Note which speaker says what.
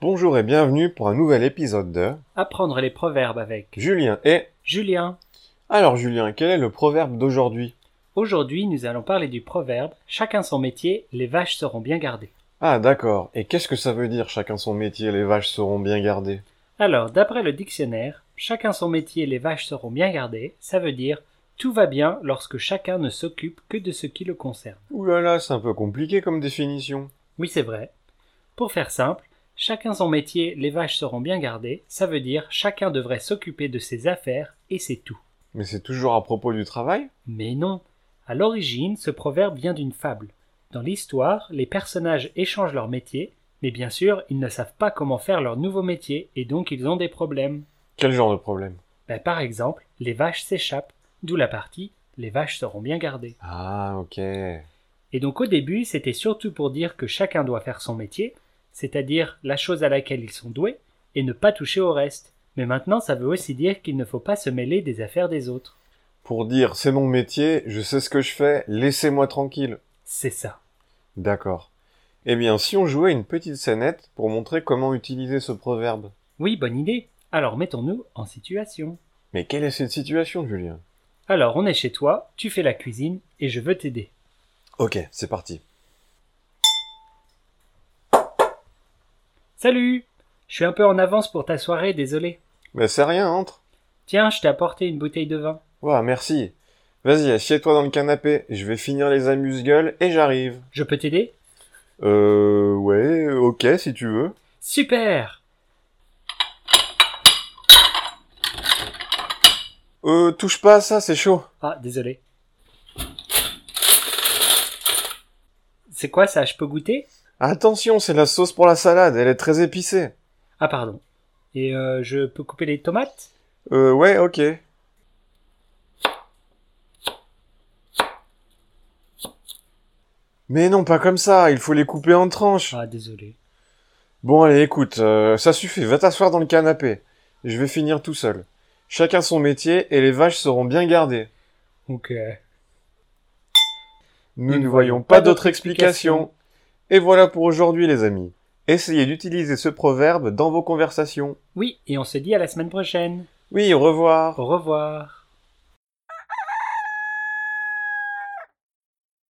Speaker 1: Bonjour et bienvenue pour un nouvel épisode de
Speaker 2: Apprendre les proverbes avec
Speaker 1: Julien et...
Speaker 2: Julien.
Speaker 1: Alors Julien, quel est le proverbe d'aujourd'hui
Speaker 2: Aujourd'hui, nous allons parler du proverbe Chacun son métier, les vaches seront bien gardées.
Speaker 1: Ah d'accord, et qu'est-ce que ça veut dire chacun son métier, les vaches seront bien gardées
Speaker 2: Alors, d'après le dictionnaire, Chacun son métier, les vaches seront bien gardées, ça veut dire Tout va bien lorsque chacun ne s'occupe que de ce qui le concerne.
Speaker 1: Ouh là là, c'est un peu compliqué comme définition.
Speaker 2: Oui, c'est vrai. Pour faire simple, Chacun son métier, les vaches seront bien gardées, ça veut dire chacun devrait s'occuper de ses affaires et c'est tout.
Speaker 1: Mais c'est toujours à propos du travail
Speaker 2: Mais non. À l'origine, ce proverbe vient d'une fable. Dans l'histoire, les personnages échangent leur métier, mais bien sûr, ils ne savent pas comment faire leur nouveau métier et donc ils ont des problèmes.
Speaker 1: Quel genre de problème
Speaker 2: Ben, par exemple, les vaches s'échappent, d'où la partie les vaches seront bien gardées.
Speaker 1: Ah ok.
Speaker 2: Et donc au début, c'était surtout pour dire que chacun doit faire son métier, c'est-à-dire la chose à laquelle ils sont doués, et ne pas toucher au reste. Mais maintenant, ça veut aussi dire qu'il ne faut pas se mêler des affaires des autres.
Speaker 1: Pour dire c'est mon métier, je sais ce que je fais, laissez-moi tranquille.
Speaker 2: C'est ça.
Speaker 1: D'accord. Eh bien, si on jouait une petite scénette pour montrer comment utiliser ce proverbe.
Speaker 2: Oui, bonne idée. Alors mettons-nous en situation.
Speaker 1: Mais quelle est cette situation, Julien
Speaker 2: Alors on est chez toi, tu fais la cuisine, et je veux t'aider.
Speaker 1: Ok, c'est parti.
Speaker 2: Salut Je suis un peu en avance pour ta soirée, désolé.
Speaker 1: Mais c'est rien, entre.
Speaker 2: Tiens, je t'ai apporté une bouteille de vin.
Speaker 1: Ouah, merci. Vas-y, assieds-toi dans le canapé, je vais finir les amuse-gueules et j'arrive.
Speaker 2: Je peux t'aider
Speaker 1: Euh, ouais, ok, si tu veux.
Speaker 2: Super
Speaker 1: Euh, touche pas à ça, c'est chaud.
Speaker 2: Ah, désolé. C'est quoi ça Je peux goûter
Speaker 1: Attention, c'est la sauce pour la salade, elle est très épicée.
Speaker 2: Ah, pardon. Et euh, je peux couper les tomates
Speaker 1: Euh, ouais, ok. Mais non, pas comme ça, il faut les couper en tranches.
Speaker 2: Ah, désolé.
Speaker 1: Bon, allez, écoute, euh, ça suffit, va t'asseoir dans le canapé. Je vais finir tout seul. Chacun son métier et les vaches seront bien gardées.
Speaker 2: Donc, euh,
Speaker 1: Nous ne voyons pas d'autre explication. Et voilà pour aujourd'hui, les amis. Essayez d'utiliser ce proverbe dans vos conversations.
Speaker 2: oui, et on se dit à la semaine prochaine.
Speaker 1: Oui, au revoir.
Speaker 2: Au revoir.